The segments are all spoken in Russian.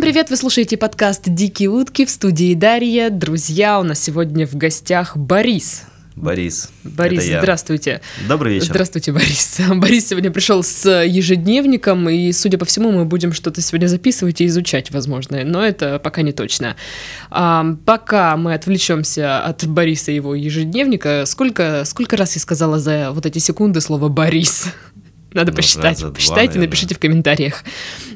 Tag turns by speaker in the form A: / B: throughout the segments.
A: привет! Вы слушаете подкаст «Дикие утки» в студии Дарья. Друзья, у нас сегодня в гостях Борис.
B: Борис.
A: Борис,
B: это я.
A: здравствуйте.
B: Добрый вечер.
A: Здравствуйте, Борис. Борис сегодня пришел с ежедневником, и, судя по всему, мы будем что-то сегодня записывать и изучать, возможно, но это пока не точно. А, пока мы отвлечемся от Бориса и его ежедневника, сколько, сколько раз я сказала за вот эти секунды слово «Борис»? Надо
B: Ну,
A: посчитать.
B: раза два,
A: Посчитайте,
B: наверное.
A: напишите в комментариях.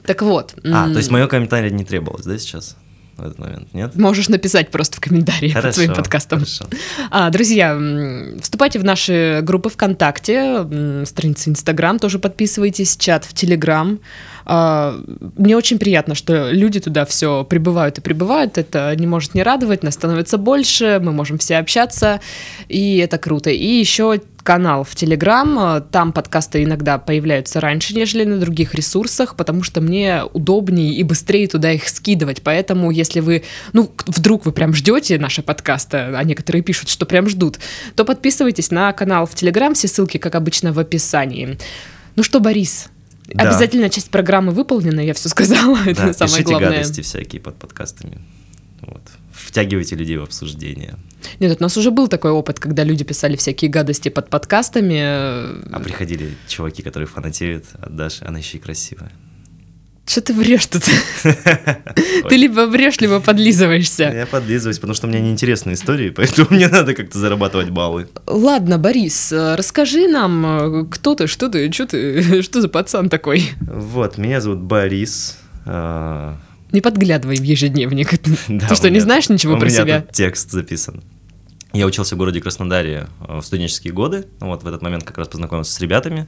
A: Так вот.
B: А,
A: м,
B: то есть мое комментарий не требовалось, да, сейчас? В этот момент, нет?
A: Можешь написать просто в комментарии под своим подкастом.
B: Хорошо.
A: А, друзья, м, вступайте в наши группы ВКонтакте, м, страницы Инстаграм, тоже подписывайтесь, чат в Телеграм. А, Мне очень приятно, что люди туда все прибывают и прибывают. Это не может не радовать, нас становится больше, мы можем все общаться, и это круто. И еще канал в Телеграм, а, там подкасты иногда появляются раньше, нежели на других ресурсах, потому что мне удобнее и быстрее туда их скидывать. Поэтому, если вы ну, к- вдруг вы прям ждете наши подкасты, а некоторые пишут, что прям ждут, то подписывайтесь на канал в Телеграм, все ссылки, как обычно, в описании. Ну что, Борис,
B: Да.
A: обязательно часть программы выполнена, я все сказала, это
B: Да,
A: самое
B: пишите
A: главное.
B: гадости всякие под подкастами. Вот. Втягивайте людей в обсуждение.
A: Нет, у нас уже был такой опыт, когда люди писали всякие гадости под подкастами.
B: А приходили чуваки, которые фанатеют от Даши, она еще и красивая.
A: Что ты врешь тут? Ты либо врешь, либо подлизываешься.
B: Я подлизываюсь, потому что мне неинтересны истории, поэтому мне надо как-то зарабатывать баллы.
A: Ладно, Борис, э, расскажи нам, э, кто ты, что ты, что ты, что за пацан такой?
B: Вот, меня зовут Борис. а,
A: Не подглядывай в ежедневник.
B: Да,
A: Ты
B: у
A: что, не
B: меня-
A: знаешь ничего про
B: У меня
A: себя?
B: тут текст записан. Я учился в городе Краснодаре э, в студенческие годы. Вот в этот момент как раз познакомился с ребятами.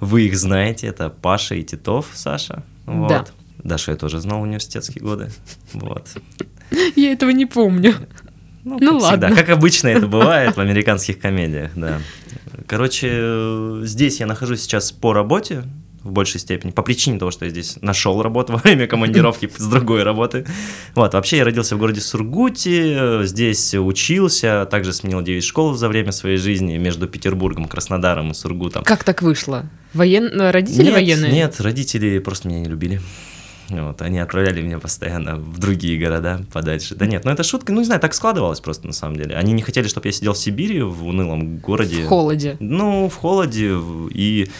B: Вы их знаете, это Паша и Титов, Саша. Вот.
A: Да.
B: Дашу я тоже знал в университетские годы. Вот.
A: Я этого не помню. Ну
B: как
A: ладно.
B: Всегда. Как обычно это бывает в американских комедиях, да. Короче, э, здесь я нахожусь сейчас по работе в большей степени, по причине того, что я здесь нашел работу во время командировки с другой работы. Вот, вообще я родился в городе Сургуте, э, здесь учился, также сменил 9 школ за время своей жизни между Петербургом, Краснодаром и Сургутом.
A: Как так вышло? Воен... э, Родители
B: нет,
A: военные?
B: Нет, родители просто меня не любили. Вот, они отправляли меня постоянно в другие города подальше. Да нет, ну это шутка, ну не знаю, так складывалось просто на самом деле. Они не хотели, чтобы я сидел в Сибири, в унылом городе.
A: В холоде.
B: Ну, в холоде в- и,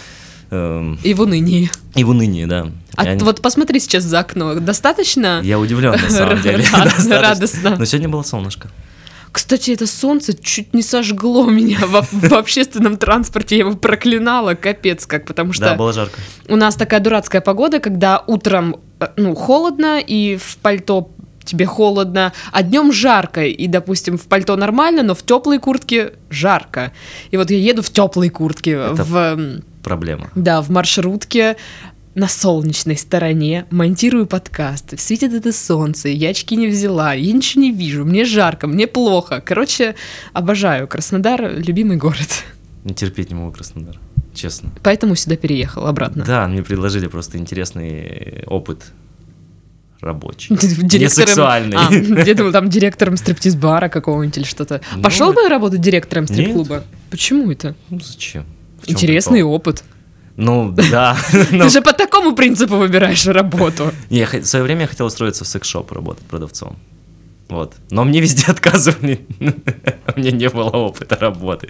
B: эм,
A: И в унынии.
B: и в унынии, да.
A: А
B: я,
A: вот посмотри сейчас за окно. Достаточно?
B: я удивлен, на самом деле.
A: Рад-
B: достаточно. Ну,
A: радостно.
B: Но сегодня было солнышко.
A: Кстати, это солнце чуть не сожгло меня во- в общественном транспорте. Я его проклинала, капец как, потому
B: Да,
A: что
B: было жарко.
A: у нас такая дурацкая погода, когда утром э, ну, холодно и в пальто тебе холодно, а днем жарко, и, допустим, в пальто нормально, но в теплой куртке жарко. И вот я еду в теплой куртке,
B: Это-
A: в, м,
B: Проблема.
A: да, в маршрутке на солнечной стороне, монтирую подкаст, светит это солнце, я очки не взяла, я ничего не вижу, мне жарко, мне плохо. Короче, обожаю Краснодар, любимый город.
B: Не терпеть не могу Краснодар, честно.
A: Поэтому сюда переехал обратно.
B: Да, мне предложили просто интересный опыт рабочий. Не
A: Директором...
B: сексуальный.
A: А, я думала, там директором стриптиз-бара какого-нибудь или что-то.
B: Ну,
A: Пошел
B: это-
A: бы работать директором стрип-клуба? Почему это?
B: Ну зачем? В чём
A: Интересный
B: прикол?
A: опыт.
B: Ну да. но-
A: Ты же по такому принципу выбираешь работу.
B: Не, я хо- в свое время я хотел устроиться в секс-шоп работать продавцом. Вот. Но мне везде отказывали. У меня не было опыта работы.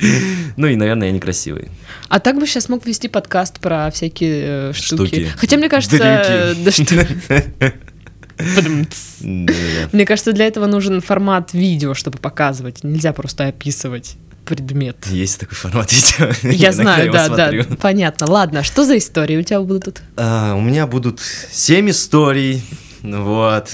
B: Ну и, наверное, я некрасивый.
A: А так бы сейчас мог вести подкаст про всякие э, штуки.
B: Штуки.
A: Хотя, мне кажется, э, да что- Потом, тс.
B: Да-да-да.
A: мне кажется, для этого нужен формат видео, чтобы показывать. Нельзя просто описывать предмет.
B: Есть такой формат видео.
A: Я
B: Иногда
A: знаю,
B: его
A: да, да.
B: смотрю.
A: Понятно. Ладно, а что за истории у тебя будут?
B: А, У меня будут семь историй. Ну Вот.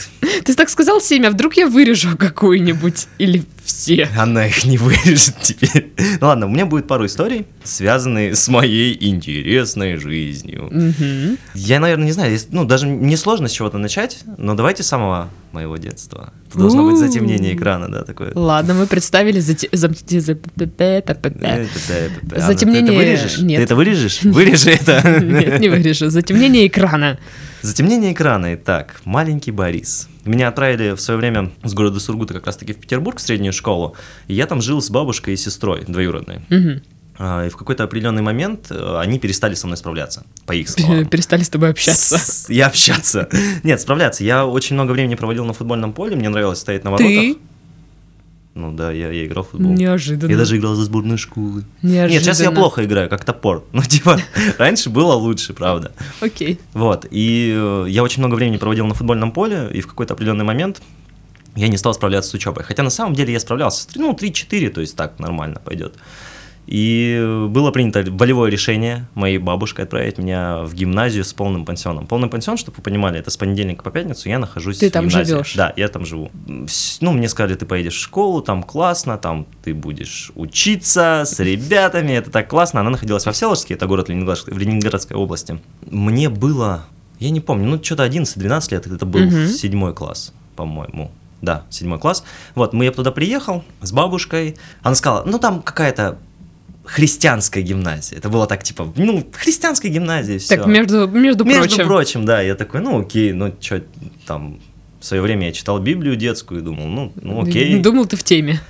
A: Ты так сказал, Семя, а вдруг я вырежу какую-нибудь или все?
B: Она их не вырежет теперь. Ну ладно, у меня будет пару историй, связанные с моей интересной жизнью.
A: Мгм.
B: Я, наверное, не знаю, есть- ну, даже не сложно с чего-то начать, но давайте с самого моего детства. Тут должно быть
A: У-у-у.
B: затемнение экрана, да, такое.
A: Ладно, мы представили зате- зам- за- п- п- п- п- п.
B: Э-э-э-э-э.
A: Затемнение-
B: Анна, Ты это вырежешь?
A: нет.
B: Ты это вырежешь? Вырежи
A: Нет,
B: это.
A: не вырежу. Затемнение экрана.
B: Затемнение экрана. Итак, маленький Борис. Меня отправили в свое время с города Сургута как раз-таки в Петербург, в среднюю школу. И я там жил с бабушкой и сестрой двоюродной.
A: Мгм.
B: А, И в какой-то определенный момент э, они перестали со мной справляться, по их словам.
A: Перестали с тобой общаться.
B: С- Я общаться. Нет, справляться. Я очень много времени проводил на футбольном поле, мне нравилось стоять на воротах.
A: Ты?
B: Ну да, я, я играл в футбол.
A: Неожиданно.
B: Я даже играл за сборную школы.
A: Неожиданно.
B: Нет, сейчас я плохо играю, как топор. Ну, типа, раньше было лучше, правда.
A: Окей.
B: Вот, и э, я очень много времени проводил на футбольном поле, и в какой-то определенный момент я не стал справляться с учебой. Хотя на самом деле я справлялся, с- ну, 3-4, то есть так нормально пойдет. И э, было принято волевое решение моей бабушкой отправить меня в гимназию с полным пансионом. Полный пансион, чтобы вы понимали, это с понедельника по пятницу я нахожусь
A: Ты
B: в
A: там
B: гимназии.
A: живешь?
B: Да, я там живу. М, с- Ну, мне сказали, ты поедешь в школу, там классно, там ты будешь учиться с ребятами, это так классно. Она находилась во Всеволожске, это город Ленинград, в Ленинградской области. Мне было, я не помню, ну, что-то 11-12 лет, это был
A: Мгм.
B: седьмой класс, по-моему. Да, седьмой класс. Вот, мы я туда приехал с бабушкой. Она сказала, ну, там какая-то христианская гимназия. Это было так, типа, ну, христианская гимназия, все.
A: Так, между, между,
B: Между
A: прочим.
B: прочим, да, я такой, ну окей, ну что там, в свое время я читал Библию детскую и думал, ну, ну окей.
A: Думал, ты в теме.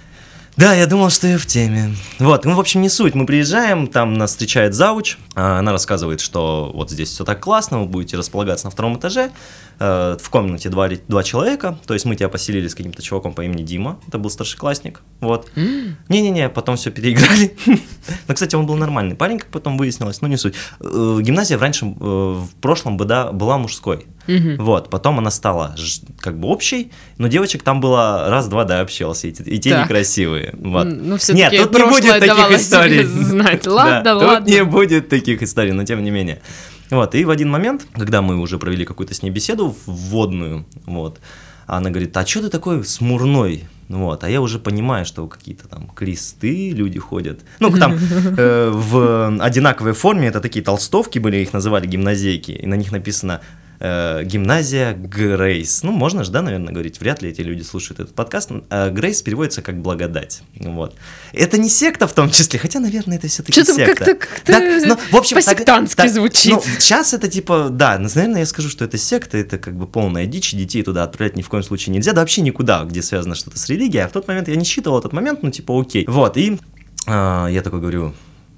B: Да, я думал, что я в теме. Вот, ну, в общем, не суть. Мы приезжаем, там нас встречает зауч, а, она рассказывает, что вот здесь все так классно, вы будете располагаться на втором этаже, э, в комнате два, ре- два человека, то есть мы тебя поселили с каким-то чуваком по имени Дима, это был старшеклассник, вот.
A: М,
B: Не-не-не, потом все переиграли. Но, кстати, он был нормальный парень, как потом выяснилось, но не суть. Э, Гимназия раньше, э, в прошлом года была мужской.
A: мгм.
B: Вот, потом она стала ж- как бы общей, но девочек там было раз-два, да, общался, и те, и те
A: Так.
B: некрасивые. Вот.
A: М, Ну, все-таки
B: Нет, тут не
A: прошлое
B: будет таких
A: давало
B: историй.
A: себе знать.
B: Да,
A: Ладно, ладно.
B: Тут не будет таких историй, но тем не менее. Вот, и в один момент, когда мы уже провели какую-то с ней беседу вводную, вот, она говорит, а что ты такой смурной? Вот, а я уже понимаю, что какие-то там кресты люди ходят. Ну, там э, в одинаковой форме, это такие толстовки были, их называли гимназейки, и на них написано э, гимназия Грейс. Ну, можно же, да, наверное, говорить, вряд ли эти люди слушают этот подкаст. Э, Грейс переводится как благодать. Вот. Это не секта в том числе, хотя, наверное, это все-таки
A: Что-то как-то
B: секта.
A: как-то
B: в общем, так-
A: по-сектантски
B: так-
A: звучит.
B: ну, сейчас это типа, да, ну, наверное, я скажу, что это секта, это как бы полная дичь, и детей туда отправлять ни в коем случае нельзя, да вообще никуда, где связано что-то с религией. А в тот момент я не считывал этот момент, ну типа окей. Вот, и а, я такой говорю,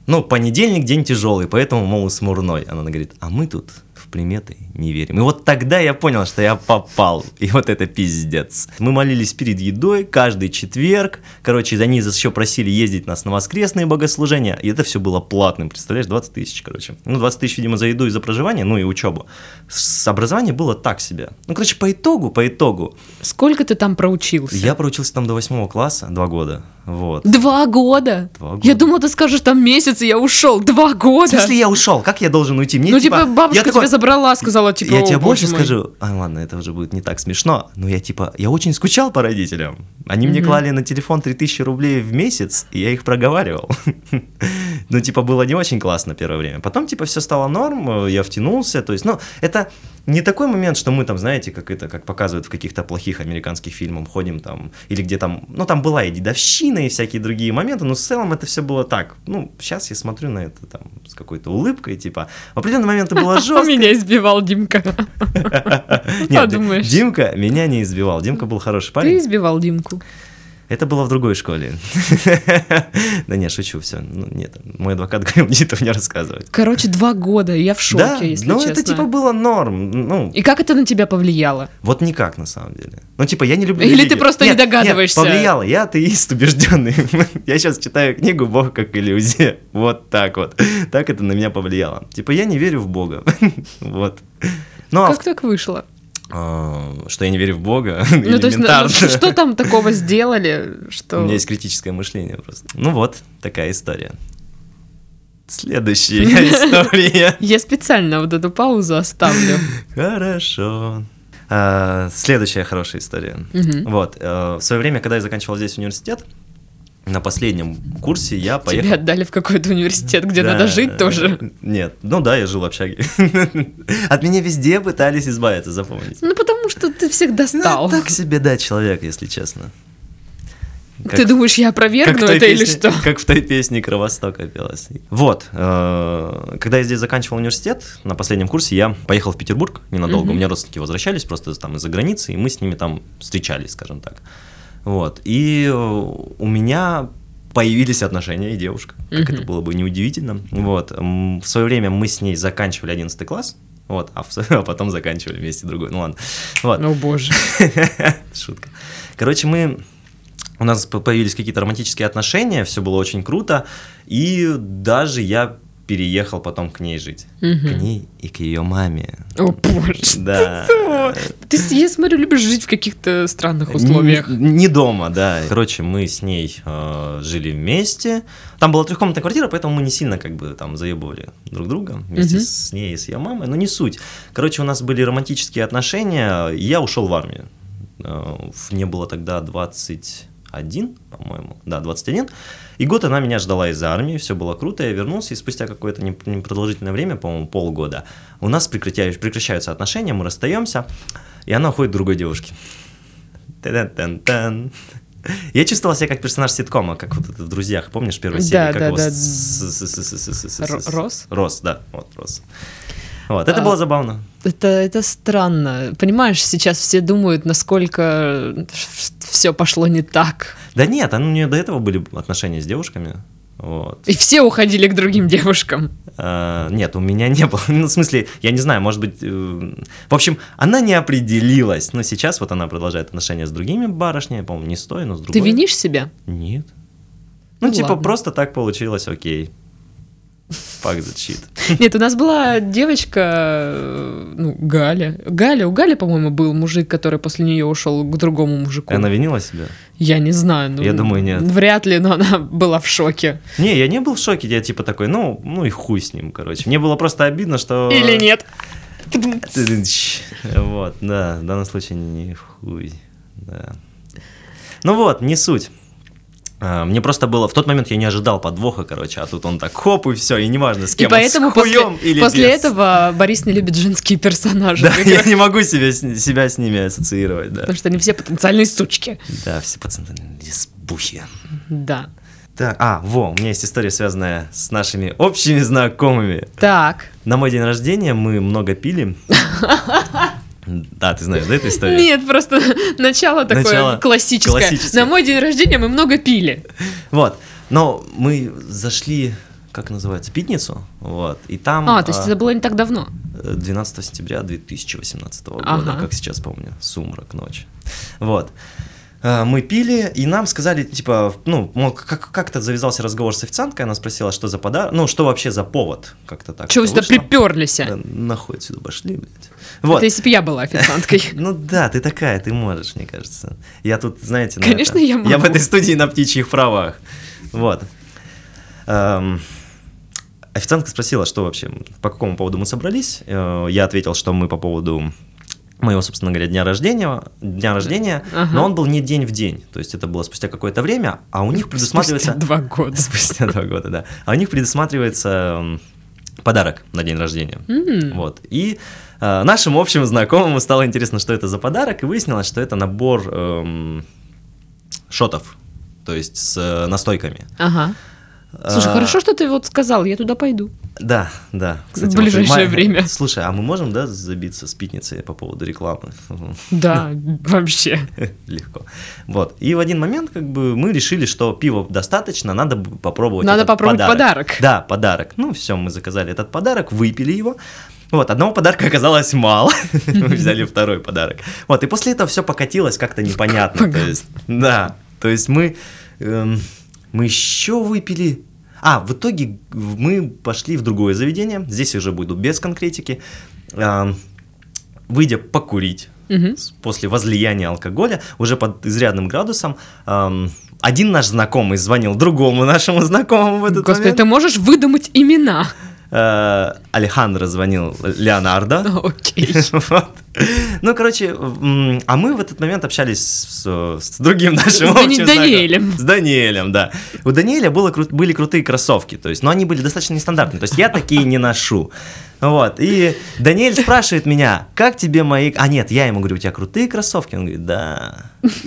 B: ну, понедельник день тяжелый, поэтому, мол, смурной. Она говорит, а мы тут в приметы не верим. И вот тогда я понял, что я попал. И вот это пиздец. Мы молились перед едой каждый четверг. Короче, они еще просили ездить нас на воскресные богослужения. И это все было платным, представляешь, 20 тысяч, короче. Ну, 20 тысяч, видимо, за еду и за проживание, ну и учебу. С образования было так себе. Ну, короче, по итогу, по итогу.
A: Сколько ты там проучился?
B: Я проучился там до 8 класса, два года. Вот.
A: Два года.
B: Два
A: Я
B: года.
A: думала, ты скажешь там месяц, и я ушел. Два
B: В
A: года.
B: смысле, я ушел? Как я должен уйти? Мне
A: ну,
B: типа,
A: типа, бабушка
B: я такой,
A: тебя забрала, сказала, типа,
B: я
A: «О,
B: тебе больше
A: боже мой».
B: скажу, а ладно, это уже будет не так смешно, но я типа, я очень скучал по родителям. Они мне
A: Мгм.
B: клали на телефон 3000 рублей в месяц, и я их проговаривал. Ну, типа, было не очень классно первое время. Потом, типа, все стало норм, э, я втянулся, то есть, ну, это не такой момент, что мы там, знаете, как это, как показывают в каких-то плохих американских фильмах, ходим там, или где там, ну, там была и дедовщина, и всякие другие моменты, но в целом это все было так. Ну, сейчас я смотрю на это там с какой-то улыбкой, типа, в определенный момент это было жестко,
A: А Меня избивал Димка.
B: нет,
A: Подумаешь.
B: Димка меня не избивал. Димка был хороший
A: Ты
B: парень.
A: избивал Димку.
B: Это было в другой школе. Да не, шучу, все. Нет, мой адвокат говорил мне этого не рассказывать.
A: Короче, два года, и я в шоке,
B: Да,
A: если
B: ну
A: честно.
B: это типа было норм. Ну,
A: И как это на тебя повлияло?
B: вот никак на самом деле. Ну, типа, я не люблю.
A: Или ты
B: религию.
A: просто не
B: Нет, нет,
A: догадываешься.
B: повлияло. Я атеист убежденный. Я сейчас читаю книгу Бог как иллюзия. Вот так вот. Так это на меня повлияло. Типа, я не верю в Бога. Вот. Ну, а в
A: Как так вышло?
B: А, что я не верю в Бога,
A: Ну, то есть, ну,
B: элементарно.
A: что, что там такого сделали,
B: У
A: что...
B: меня есть критическое мышление просто. Ну вот, такая история. Следующая история.
A: Я специально вот эту паузу оставлю.
B: Хорошо. А, Следующая хорошая история.
A: Мгм.
B: Вот, э, в свое время, когда я заканчивал здесь университет, на последнем курсе я поехал...
A: Тебя отдали в какой-то университет, где
B: Да,
A: надо жить тоже.
B: Нет, ну да, я жил в общаге. От меня везде пытались избавиться, запомните.
A: Ну, потому что ты всех
B: Ну,
A: достал.
B: так себе, да, человек, если честно. Как-
A: Ты думаешь, я
B: как в
A: опровергну
B: той
A: это или
B: песне-
A: что?
B: Как в той песне Кровостока пелось. Вот, э, когда я здесь заканчивал университет, на последнем курсе я поехал в Петербург ненадолго.
A: Мгм.
B: У меня родственники возвращались просто там из-за границы, и мы с ними там встречались, скажем так. Вот, и э, у меня появились отношения и девушка. Как
A: Мгм.
B: это было бы неудивительно. Вот. М, В свое время мы с ней заканчивали 11 класс. Вот, а, в- а потом заканчивали вместе другой. Ну ладно. Вот.
A: О боже.
B: Шутка. Короче, мы... У нас по- появились какие-то романтические отношения, все было очень круто, и даже я переехал потом к ней жить. К
A: Мгм.
B: ней и к ее маме.
A: О боже.
B: Да.
A: О, Ты, я смотрю, любишь жить в каких-то странных условиях.
B: Н- Э, Не дома, да. Короче, мы с ней э, жили вместе. Там была трехкомнатная квартира, поэтому мы не сильно как бы там заебывали друг друга вместе
A: Мгм.
B: с ней и с ее мамой. Но не суть. Короче, у нас были романтические отношения. и Я ушел в армию. Э, в- Мне было тогда 21, по-моему. Да, 21. И год она меня ждала из армии, все было круто, я вернулся, и спустя какое-то неп- непродолжительное время, по-моему, полгода, у нас прекратя- прекращаются отношения, мы расстаемся, и она уходит к другой девушке. Тэн-тэн-тэн. Я чувствовал себя как персонаж ситкома, как вот это в «Друзьях», помнишь, первая
A: Да,
B: серия? как
A: да,
B: его
A: да.
B: с- с- с- с- с- с-
A: Ро-
B: с-
A: Рос?
B: Рос, да, вот, Рос. Вот, это
A: А,
B: было забавно.
A: Это, это странно. Понимаешь, сейчас все думают, насколько все пошло не так.
B: Да нет, он- у нее до этого были отношения с девушками, вот.
A: И все уходили к другим девушкам.
B: А, Нет, у меня не было. Ну, в смысле, я не знаю, может быть... э, В общем, она не определилась. Но сейчас вот она продолжает отношения с другими барышнями, по-моему, не с той, но с другой.
A: Ты винишь себя?
B: Нет. Ну,
A: Ну,
B: типа,
A: ладно.
B: просто так получилось, окей. Fuck that shit.
A: Нет, у нас была девочка, э, ну, Галя. Галя, у Гали, по-моему, был мужик, который после нее ушел к другому мужику.
B: Она винила себя?
A: Я не знаю. ну,
B: Я думаю, нет.
A: Вряд ли, но она была в шоке.
B: Не, я не был в шоке, я типа такой, ну, ну и хуй с ним, короче. Мне было просто обидно, что...
A: Или нет.
B: Вот, да, в данном случае не хуй, да. Ну вот, не суть. А, Мне просто было, в тот момент я не ожидал подвоха, короче, а тут он так хоп и все, и неважно с
A: И
B: кем, он,
A: поэтому
B: с
A: после,
B: хуем или
A: после
B: без.
A: этого Борис не любит женские персонажи.
B: Да,
A: в
B: я
A: играх,
B: не могу себя, с- себя с ними ассоциировать, да.
A: Потому что они все потенциальные сучки.
B: Да, все пацаны лесбухи.
A: Да.
B: Так, а, во, у меня есть история, связанная с нашими общими знакомыми.
A: Так.
B: На мой день рождения мы много пили. Да, ты знаешь, да, эту историю?
A: Нет, просто начало такое
B: Начало
A: классическое.
B: классическое.
A: На мой день рождения мы много пили.
B: Вот. Но мы зашли, как называется, пятницу. Вот. И там
A: А, то есть
B: а,
A: это было не так давно.
B: э, 12 сентября 2018 года,
A: Ага.
B: как сейчас помню, сумрак, ночь. Вот. А, Мы пили, и нам сказали, типа, ну, мол, как- как-то завязался разговор с официанткой, она спросила, что за подарок, ну, что вообще за повод, как-то так.
A: Чего вы
B: это
A: сюда
B: вышло.
A: приперлись?
B: Да, нахуй отсюда пошли, блядь. Вот.
A: Это если бы я была официанткой.
B: Ну да, ты такая, ты можешь, мне кажется. Я тут, знаете, на
A: Конечно,
B: это-
A: я могу.
B: Я в этой студии на птичьих правах. Вот. Эм, Официантка спросила, что вообще, по какому поводу мы собрались. Э, Я ответил, что мы по поводу моего, собственно говоря, дня рождения, дня рождения,
A: Ага.
B: но он был не день в день, то есть это было спустя какое-то время, а у них предусматривается...
A: Спустя два года.
B: Спустя два года, да. А у них предусматривается м, подарок на день рождения.
A: М.
B: Вот. И э, нашим общим знакомому стало интересно, что это за подарок, и выяснилось, что это набор эм, шотов, то есть с э, настойками.
A: Ага. Слушай,
B: А,
A: хорошо, что ты вот сказал, я туда пойду.
B: Да, да.
A: В
B: вот
A: ближайшее
B: ма-
A: время.
B: Слушай, а мы можем, да, забиться с пятницей по поводу рекламы?
A: Да, вообще.
B: Легко. Вот. И в один момент, как бы, мы решили, что пива достаточно, надо бы попробовать
A: Надо
B: этот
A: попробовать подарок.
B: Да, подарок. Ну, все, мы заказали этот подарок, выпили его. Вот, одного подарка оказалось мало. Мы взяли второй подарок. Вот, и после этого все покатилось как-то непонятно. То
A: Погано.
B: есть, да. То есть мы. эм, мы еще выпили. А, в итоге мы пошли в другое заведение. Здесь уже буду без конкретики. Эм, Выйдя покурить,
A: Мгм.
B: с- после возлияния алкоголя, уже под изрядным градусом, эм, один наш знакомый звонил другому нашему знакомому в этот
A: Господи, ты
B: момент.
A: можешь выдумать имена.
B: Э, Алехандро звонил Леонардо.
A: Окей.
B: Вот. Ну, короче, м, а мы в этот момент общались с, с другим
A: С
B: нашим
A: Дани-
B: общим знакомым.
A: Даниэлем.
B: С Даниэлем, да. У Даниэля было кру- были крутые кроссовки, то есть, но они были достаточно нестандартные, то есть я такие не ношу. Вот, и Даниэль спрашивает меня, как тебе мои... А нет, я ему говорю, у тебя крутые кроссовки? Он говорит, да.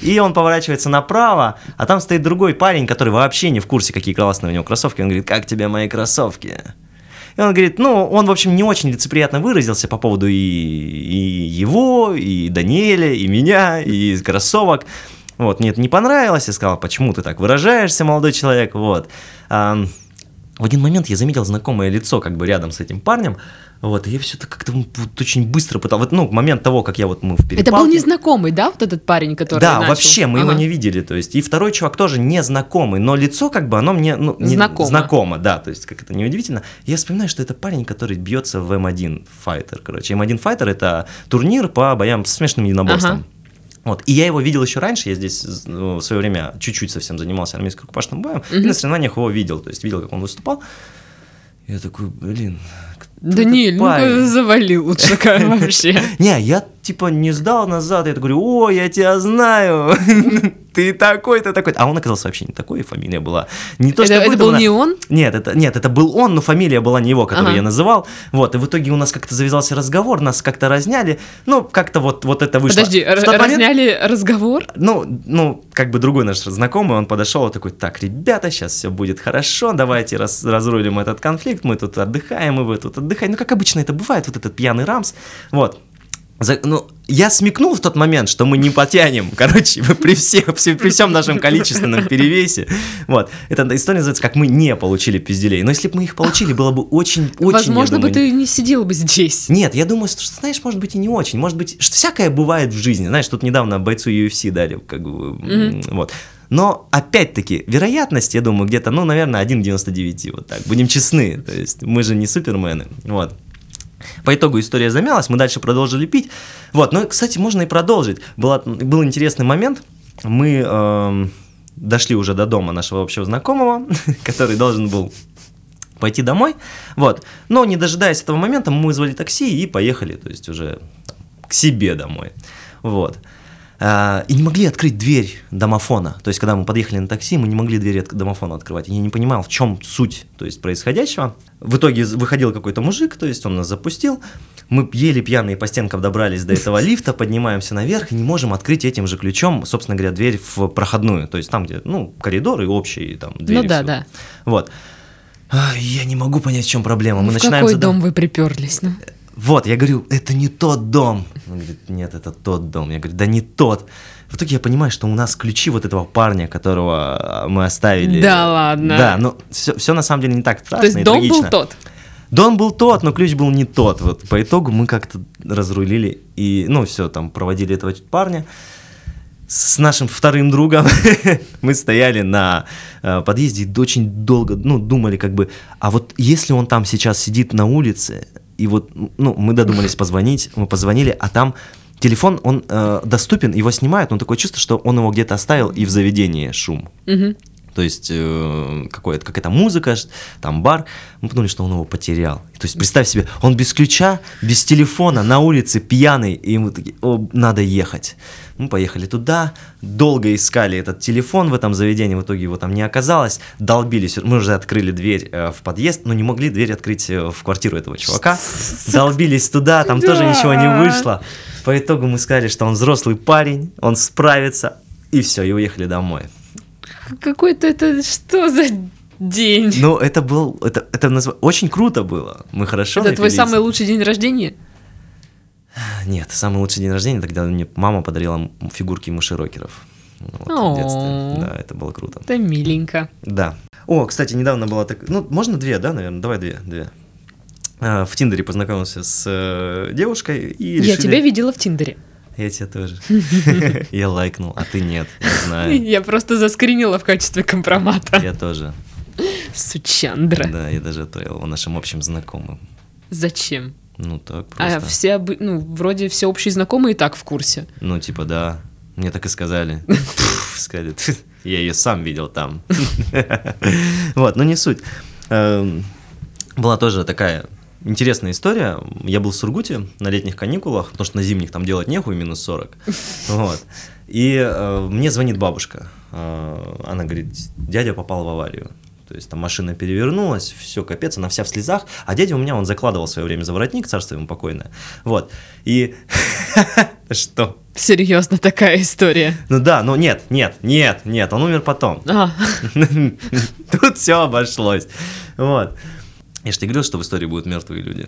B: И он поворачивается направо, а там стоит другой парень, который вообще не в курсе, какие классные у него кроссовки. Он говорит, как тебе мои кроссовки? И он говорит, ну, он, в общем, не очень лицеприятно выразился по поводу и, и его, и Даниэля, и меня, и кроссовок. Вот, нет, не понравилось, я сказал, почему ты так выражаешься, молодой человек, вот. А, в один момент я заметил знакомое лицо как бы рядом с этим парнем, вот, и я все это как-то вот очень быстро пытался, вот, ну, момент того, как я вот, мы в перепалке.
A: Это был незнакомый, да, вот этот парень, который
B: Да,
A: начал?
B: вообще, мы
A: Ага.
B: его не видели, то есть, и второй чувак тоже незнакомый, но лицо как бы, оно мне, ну, не-
A: Знакомо.
B: знакомо, да, то есть, как это неудивительно. Я вспоминаю, что это парень, который бьется в М1 Fighter, короче, М1 Fighter это турнир по боям с смешанным единоборством.
A: Ага.
B: Вот. И я его видел еще раньше, я здесь ну, в свое время чуть-чуть совсем занимался армейским рукопашным боем, и
A: Мгм.
B: на соревнованиях его видел, то есть видел, как он выступал. Я такой, блин, кто
A: Даниэль,
B: этот
A: ну
B: парень?»
A: завали лучше ка, вообще.
B: Не, я типа не сдал назад, я говорю, о, я тебя знаю, ты такой-то такой. А он оказался вообще не такой, и фамилия была не то,
A: Это
B: что
A: это был
B: выдумана.
A: не он?
B: Нет, это, нет, это был он, но фамилия была не его, которую
A: Ага.
B: я называл. Вот, и в итоге у нас как-то завязался разговор, нас как-то разняли. Ну, как-то вот, вот это вышло.
A: Подожди,
B: В
A: р-
B: тот момент-
A: разняли разговор?
B: ну, ну, как бы другой наш знакомый, он подошел и такой, так, ребята, сейчас все будет хорошо, давайте раз, разрулим этот конфликт, мы тут отдыхаем, и вы тут отдыхаем. Ну, как обычно это бывает, вот этот пьяный рамс, вот. За- ну, я смекнул в тот момент, что мы не потянем, короче, при, всех, при, при всем нашем количественном перевесе. Вот. Эта история называется, как мы не получили пизделей. Но если бы мы их получили, было бы очень, очень, я
A: Возможно, бы
B: думаю,
A: ты не сидел бы здесь.
B: нет, я думаю, что, что, знаешь, может быть и не очень. Может быть, что всякое бывает в жизни. Знаешь, тут недавно бойцу UFC дали, как бы, м, вот. Но, опять-таки, вероятность, я думаю, где-то, ну, наверное, 1,99, вот так, будем честны, то есть мы же не супермены, вот. По итогу история замялась, мы дальше продолжили пить. Вот, ну, кстати, можно и продолжить. Была, был интересный момент. Мы эм, дошли уже до дома нашего общего знакомого, который должен был пойти домой. Вот. Но не дожидаясь этого момента, мы вызвали такси и поехали, то есть уже там, к себе домой. Вот. А, И не могли открыть дверь домофона. То есть, когда мы подъехали на такси, мы не могли дверь от домофона открывать. Я не понимал, в чем суть то есть, происходящего. В итоге з- выходил какой-то мужик, то есть он нас запустил. Мы еле пьяные по стенкам добрались до этого лифта, поднимаемся наверх и не можем открыть этим же ключом, собственно говоря, дверь в проходную. То есть там, где, ну, коридор и общие там двери.
A: Ну да,
B: всего.
A: да.
B: Вот. Ай, Я не могу понять, в чем проблема. Мы
A: В
B: начинаем
A: какой
B: задав-
A: дом вы приперлись? ну?
B: Вот, я говорю, это не тот дом. Он говорит, нет, это тот дом. Я говорю, да не тот. В итоге я понимаю, что у нас ключи вот этого парня, которого а, мы оставили.
A: Да ладно.
B: Да, но все, на самом деле не так страшно
A: То есть
B: и
A: дом был
B: трагично.
A: тот.
B: Дом был тот, но ключ был не тот. Вот по итогу мы как-то разрулили и, ну, все, там проводили этого парня. С нашим вторым другом мы стояли на э, подъезде и очень долго, ну, думали как бы, а вот если он там сейчас сидит на улице, и вот, ну, мы додумались позвонить, мы позвонили, а там телефон, он э, доступен, его снимают, но такое чувство, что он его где-то оставил и в заведении шум.
A: Мгм.
B: То есть э, какое-то, какая-то музыка, ш- там бар. Мы подумали, что он его потерял. И То есть представь себе, он без ключа, без телефона, на улице пьяный, и мы такие, «О, надо ехать. Мы поехали туда, долго искали этот телефон в этом заведении, в итоге его там не оказалось, долбились. Мы уже открыли дверь э, в подъезд, но не могли дверь открыть э, в квартиру этого чувака. Долбились туда, там тоже
A: Да.
B: ничего не вышло. По итогу мы сказали, что он взрослый парень, он справится, и все, и уехали домой.
A: Какой-то это что за день?
B: Ну, это был, это, это назва- очень круто было. Мы хорошо.
A: Это твой
B: напились. А,
A: самый лучший день рождения?
B: Нет, самый лучший день рождения, тогда мне мама подарила м- фигурки мыши-рокеров. Вот, в детстве.
A: О.
B: Да, это было круто.
A: Это миленько.
B: Да. О, кстати, недавно была так... Ну, можно две, да, наверное? Давай две, две. А, В Тиндере познакомился с э, девушкой и
A: Я
B: решили...
A: тебя видела в Тиндере.
B: Я тебя тоже. Я лайкнул, а ты нет. Я знаю.
A: Я просто заскринила в качестве компромата.
B: Я тоже.
A: Сучандра.
B: Да, я даже отправил его нашим общим знакомым.
A: Зачем?
B: Ну, так
A: А
B: просто.
A: все, обы- ну, вроде все общие знакомые и так в курсе.
B: Ну, типа, да. Мне так и сказали. Сказали, «Ть, я ее сам видел там. Вот, но не суть. Эм, Была тоже такая интересная история. Я был в Сургуте на летних каникулах, потому что на зимних там делать нехуй, минус 40. Вот. И э, мне звонит бабушка. Э, Она говорит, дядя попал в аварию. То есть там машина перевернулась, все, капец, она вся в слезах. А дядя у меня, он закладывал в свое время за воротник, царство ему покойное. Вот. И... Что?
A: Серьезно, такая история.
B: Ну да, ну нет, нет, нет, нет, он умер потом.
A: А,
B: Тут все обошлось. Вот. Я же тебе говорил, что в истории будут мертвые люди.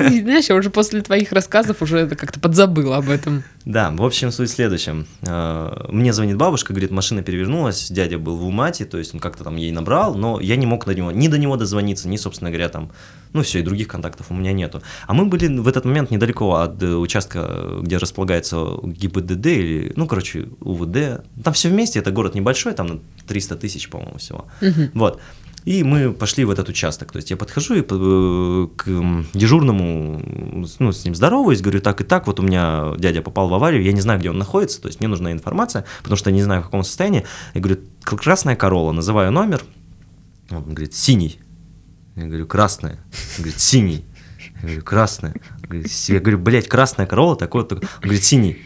A: И, Знаешь, я уже после твоих рассказов уже это как-то подзабыла об этом.
B: Да, в общем, суть в следующем. Э, Мне звонит бабушка, говорит, машина перевернулась, дядя был в Умате, то есть он как-то там ей набрал, но я не мог до него, ни до него дозвониться, ни, собственно говоря, там, ну все, и других контактов у меня нету. А мы были в этот момент недалеко от э, участка, э, где располагается ГИБДД, или, ну, короче, УВД. Там все вместе, это город небольшой, там на 300 тысяч, по-моему, всего.
A: Мгм.
B: Вот. И мы пошли в этот участок. То есть я подхожу и э, к м, дежурному, м, с- ну, с ним здороваюсь, говорю, так и так, вот у меня дядя попал в аварию, я не знаю, где он находится, то есть мне нужна информация, потому что я не знаю, в каком он состоянии. Я говорю, «К- красная корола, называю номер. Он говорит, синий. Я говорю, красная. Он говорит, синий. Я говорю, красная. Он говорит, «Си-». Я говорю, блядь, красная корола, такой такой. Он говорит, синий.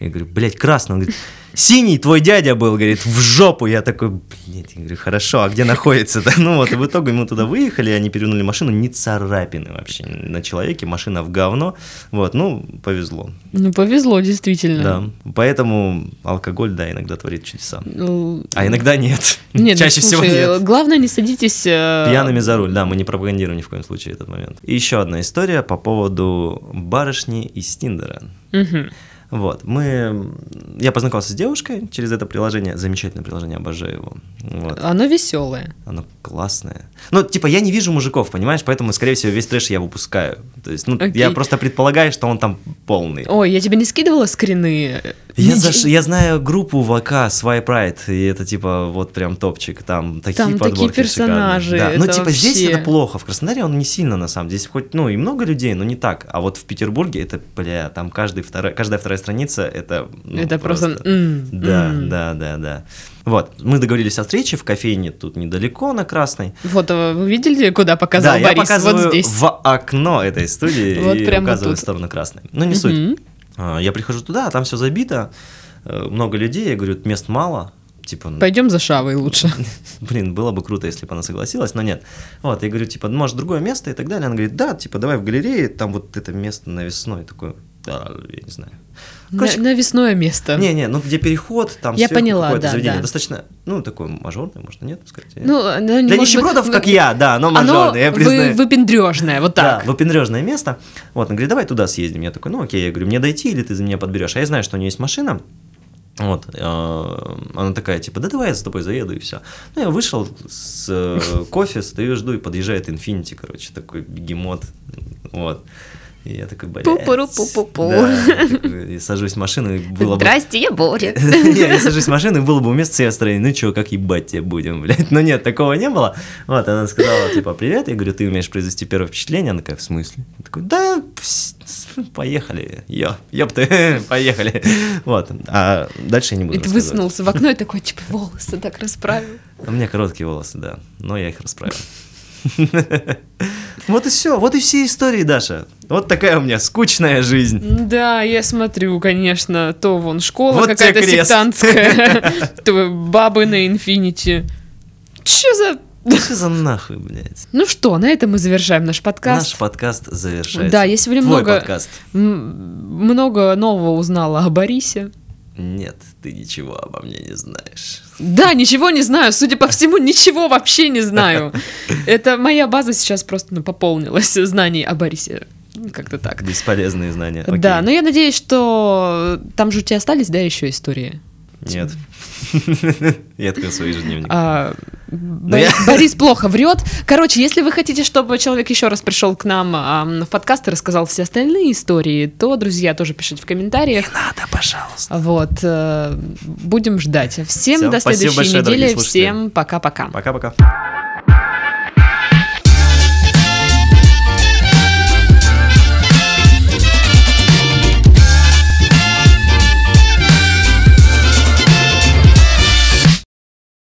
B: Я говорю, блядь, красный. Он говорит, синий твой дядя был, говорит, в жопу. Я такой, блядь, я говорю, хорошо, а где находится-то? Ну вот, и в итоге мы туда выехали, они перевернули машину, ни царапины вообще на человеке, машина в говно. Вот, ну, повезло.
A: Ну, повезло, действительно.
B: Да. Поэтому алкоголь, да, иногда творит чудеса.
A: Ну,
B: А иногда нет.
A: нет,
B: Чаще
A: ну,
B: всего
A: слушай,
B: нет.
A: Главное, не садитесь... э,
B: Пьяными за руль, да, мы не пропагандируем ни в коем случае этот момент. И еще одна история по поводу барышни из Тиндера.
A: мгм.
B: Вот, мы... Я познакомился с девушкой через это приложение, замечательное приложение, обожаю его. Вот,
A: Оно веселое.
B: оно классное. Ну, типа, я не вижу мужиков, понимаешь, поэтому, скорее всего, весь трэш я выпускаю. То есть, ну, я
A: Окей.
B: просто предполагаю, что он там полный.
A: Ой, я тебе не скидывала скрины?
B: Я,
A: Нич-
B: заш- я знаю группу ВК Swipe Right, и это типа вот прям топчик, там такие
A: Там такие
B: подборки
A: персонажи,
B: шикарные. Да. Ну
A: это
B: типа здесь
A: вообще-
B: это плохо, в Краснодаре он не сильно на самом деле, здесь хоть ну и много людей, но не так. А вот в Петербурге это, бля, там каждый вторая, каждая вторая страница это... ну,
A: Это просто... м,
B: Да,
A: м.
B: да, да, да. Вот, мы договорились о встрече в кофейне тут недалеко, на Красной.
A: Вот э, вы видели, куда показал
B: да, я
A: Борис?
B: показываю
A: вот здесь.
B: в окно этой студии
A: Вот
B: и
A: прямо
B: указываю
A: тут.
B: в сторону Красной. Ну не суть.
A: Мгм.
B: А, Я прихожу туда, а там все забито, э, много людей, я говорю, мест мало, типа, ну,
A: Пойдем за шавой лучше.
B: блин, было бы круто, если бы она согласилась, но нет. Вот, я говорю, типа, может, другое место и так далее. Она говорит, да, типа, давай в галерее, там вот это место навесное, такое, да, я не знаю. Короче,
A: На- Навесное место.
B: не-не, ну где переход, там
A: Я
B: сверху
A: поняла,
B: какое-то
A: да,
B: заведение.
A: да.
B: Достаточно, ну, такое мажорное, можно, нет, сказать? нет?
A: Ну, оно,
B: Для
A: может быть,
B: нищебродов,
A: ну,
B: как я, да, оно
A: Оно
B: мажорное, я признаю.
A: вы- выпендрёжное, вот
B: Да,
A: так.
B: выпендрежное место. Вот, он говорит, давай туда съездим. Я такой, ну окей, я говорю, мне дойти или ты за меня подберешь? А я знаю, что у нее есть машина. Вот, э, она такая, типа, да давай я за тобой заеду и все. Ну, я вышел с э, кофе, стою, жду, и подъезжает Infinity, короче, такой бегемот, вот. И я такой, блядь.
A: Пу-пу-ру-пу-пу-пу.
B: Да, я такой, и сажусь в машину, и было бы...
A: Здрасте, я Боря.
B: Я я сажусь в машину, и было бы уместно я настроение, ну чё, как ебать тебя будем, блядь. Но нет, такого не было. Вот, она сказала, типа, привет, я говорю, ты умеешь произвести первое впечатление? Она такая, в смысле? Я такой, да, пс, с- поехали, ё, ёпты, поехали. Вот, а дальше я не буду
A: И ты
B: рассказывать.
A: высунулся в окно и такой, типа, волосы так расправил.
B: У меня короткие волосы, да, но я их расправил. Вот и все, вот и все истории, Даша. Вот такая у меня скучная жизнь.
A: Да, я смотрю, конечно, то вон школа
B: Вот
A: какая-то
B: тебе крест.
A: сектантская, то бабы на инфинити. Че за...
B: Что Ну, за нахуй, блядь?
A: Ну что, на этом мы завершаем наш подкаст.
B: Наш подкаст завершается.
A: Да, я сегодня
B: Твой
A: много-
B: подкаст.
A: М, Много нового узнала о Борисе.
B: Нет, ты ничего обо мне не знаешь.
A: Да, ничего не знаю. Судя по всему, ничего вообще не знаю. Это моя база сейчас просто ну, пополнилась знаний о Борисе. Ну, Как-то так.
B: Бесполезные знания. окей.
A: Да, но я надеюсь, что там же у тебя остались, да, еще истории.
B: Нет. Я открыл свой ежедневник.
A: ну, А, Бо-
B: Ну, я-
A: Борис плохо врет. Короче, если вы хотите, чтобы человек еще раз пришел к нам ам, в подкаст и рассказал все остальные истории, то, друзья, тоже пишите в комментариях.
B: Надо, пожалуйста.
A: Вот, э, будем ждать. Всем
B: Всё,
A: до
B: спасибо
A: следующей
B: большое, дорогие
A: недели.
B: слушатели.
A: Всем пока-пока.
B: Пока-пока.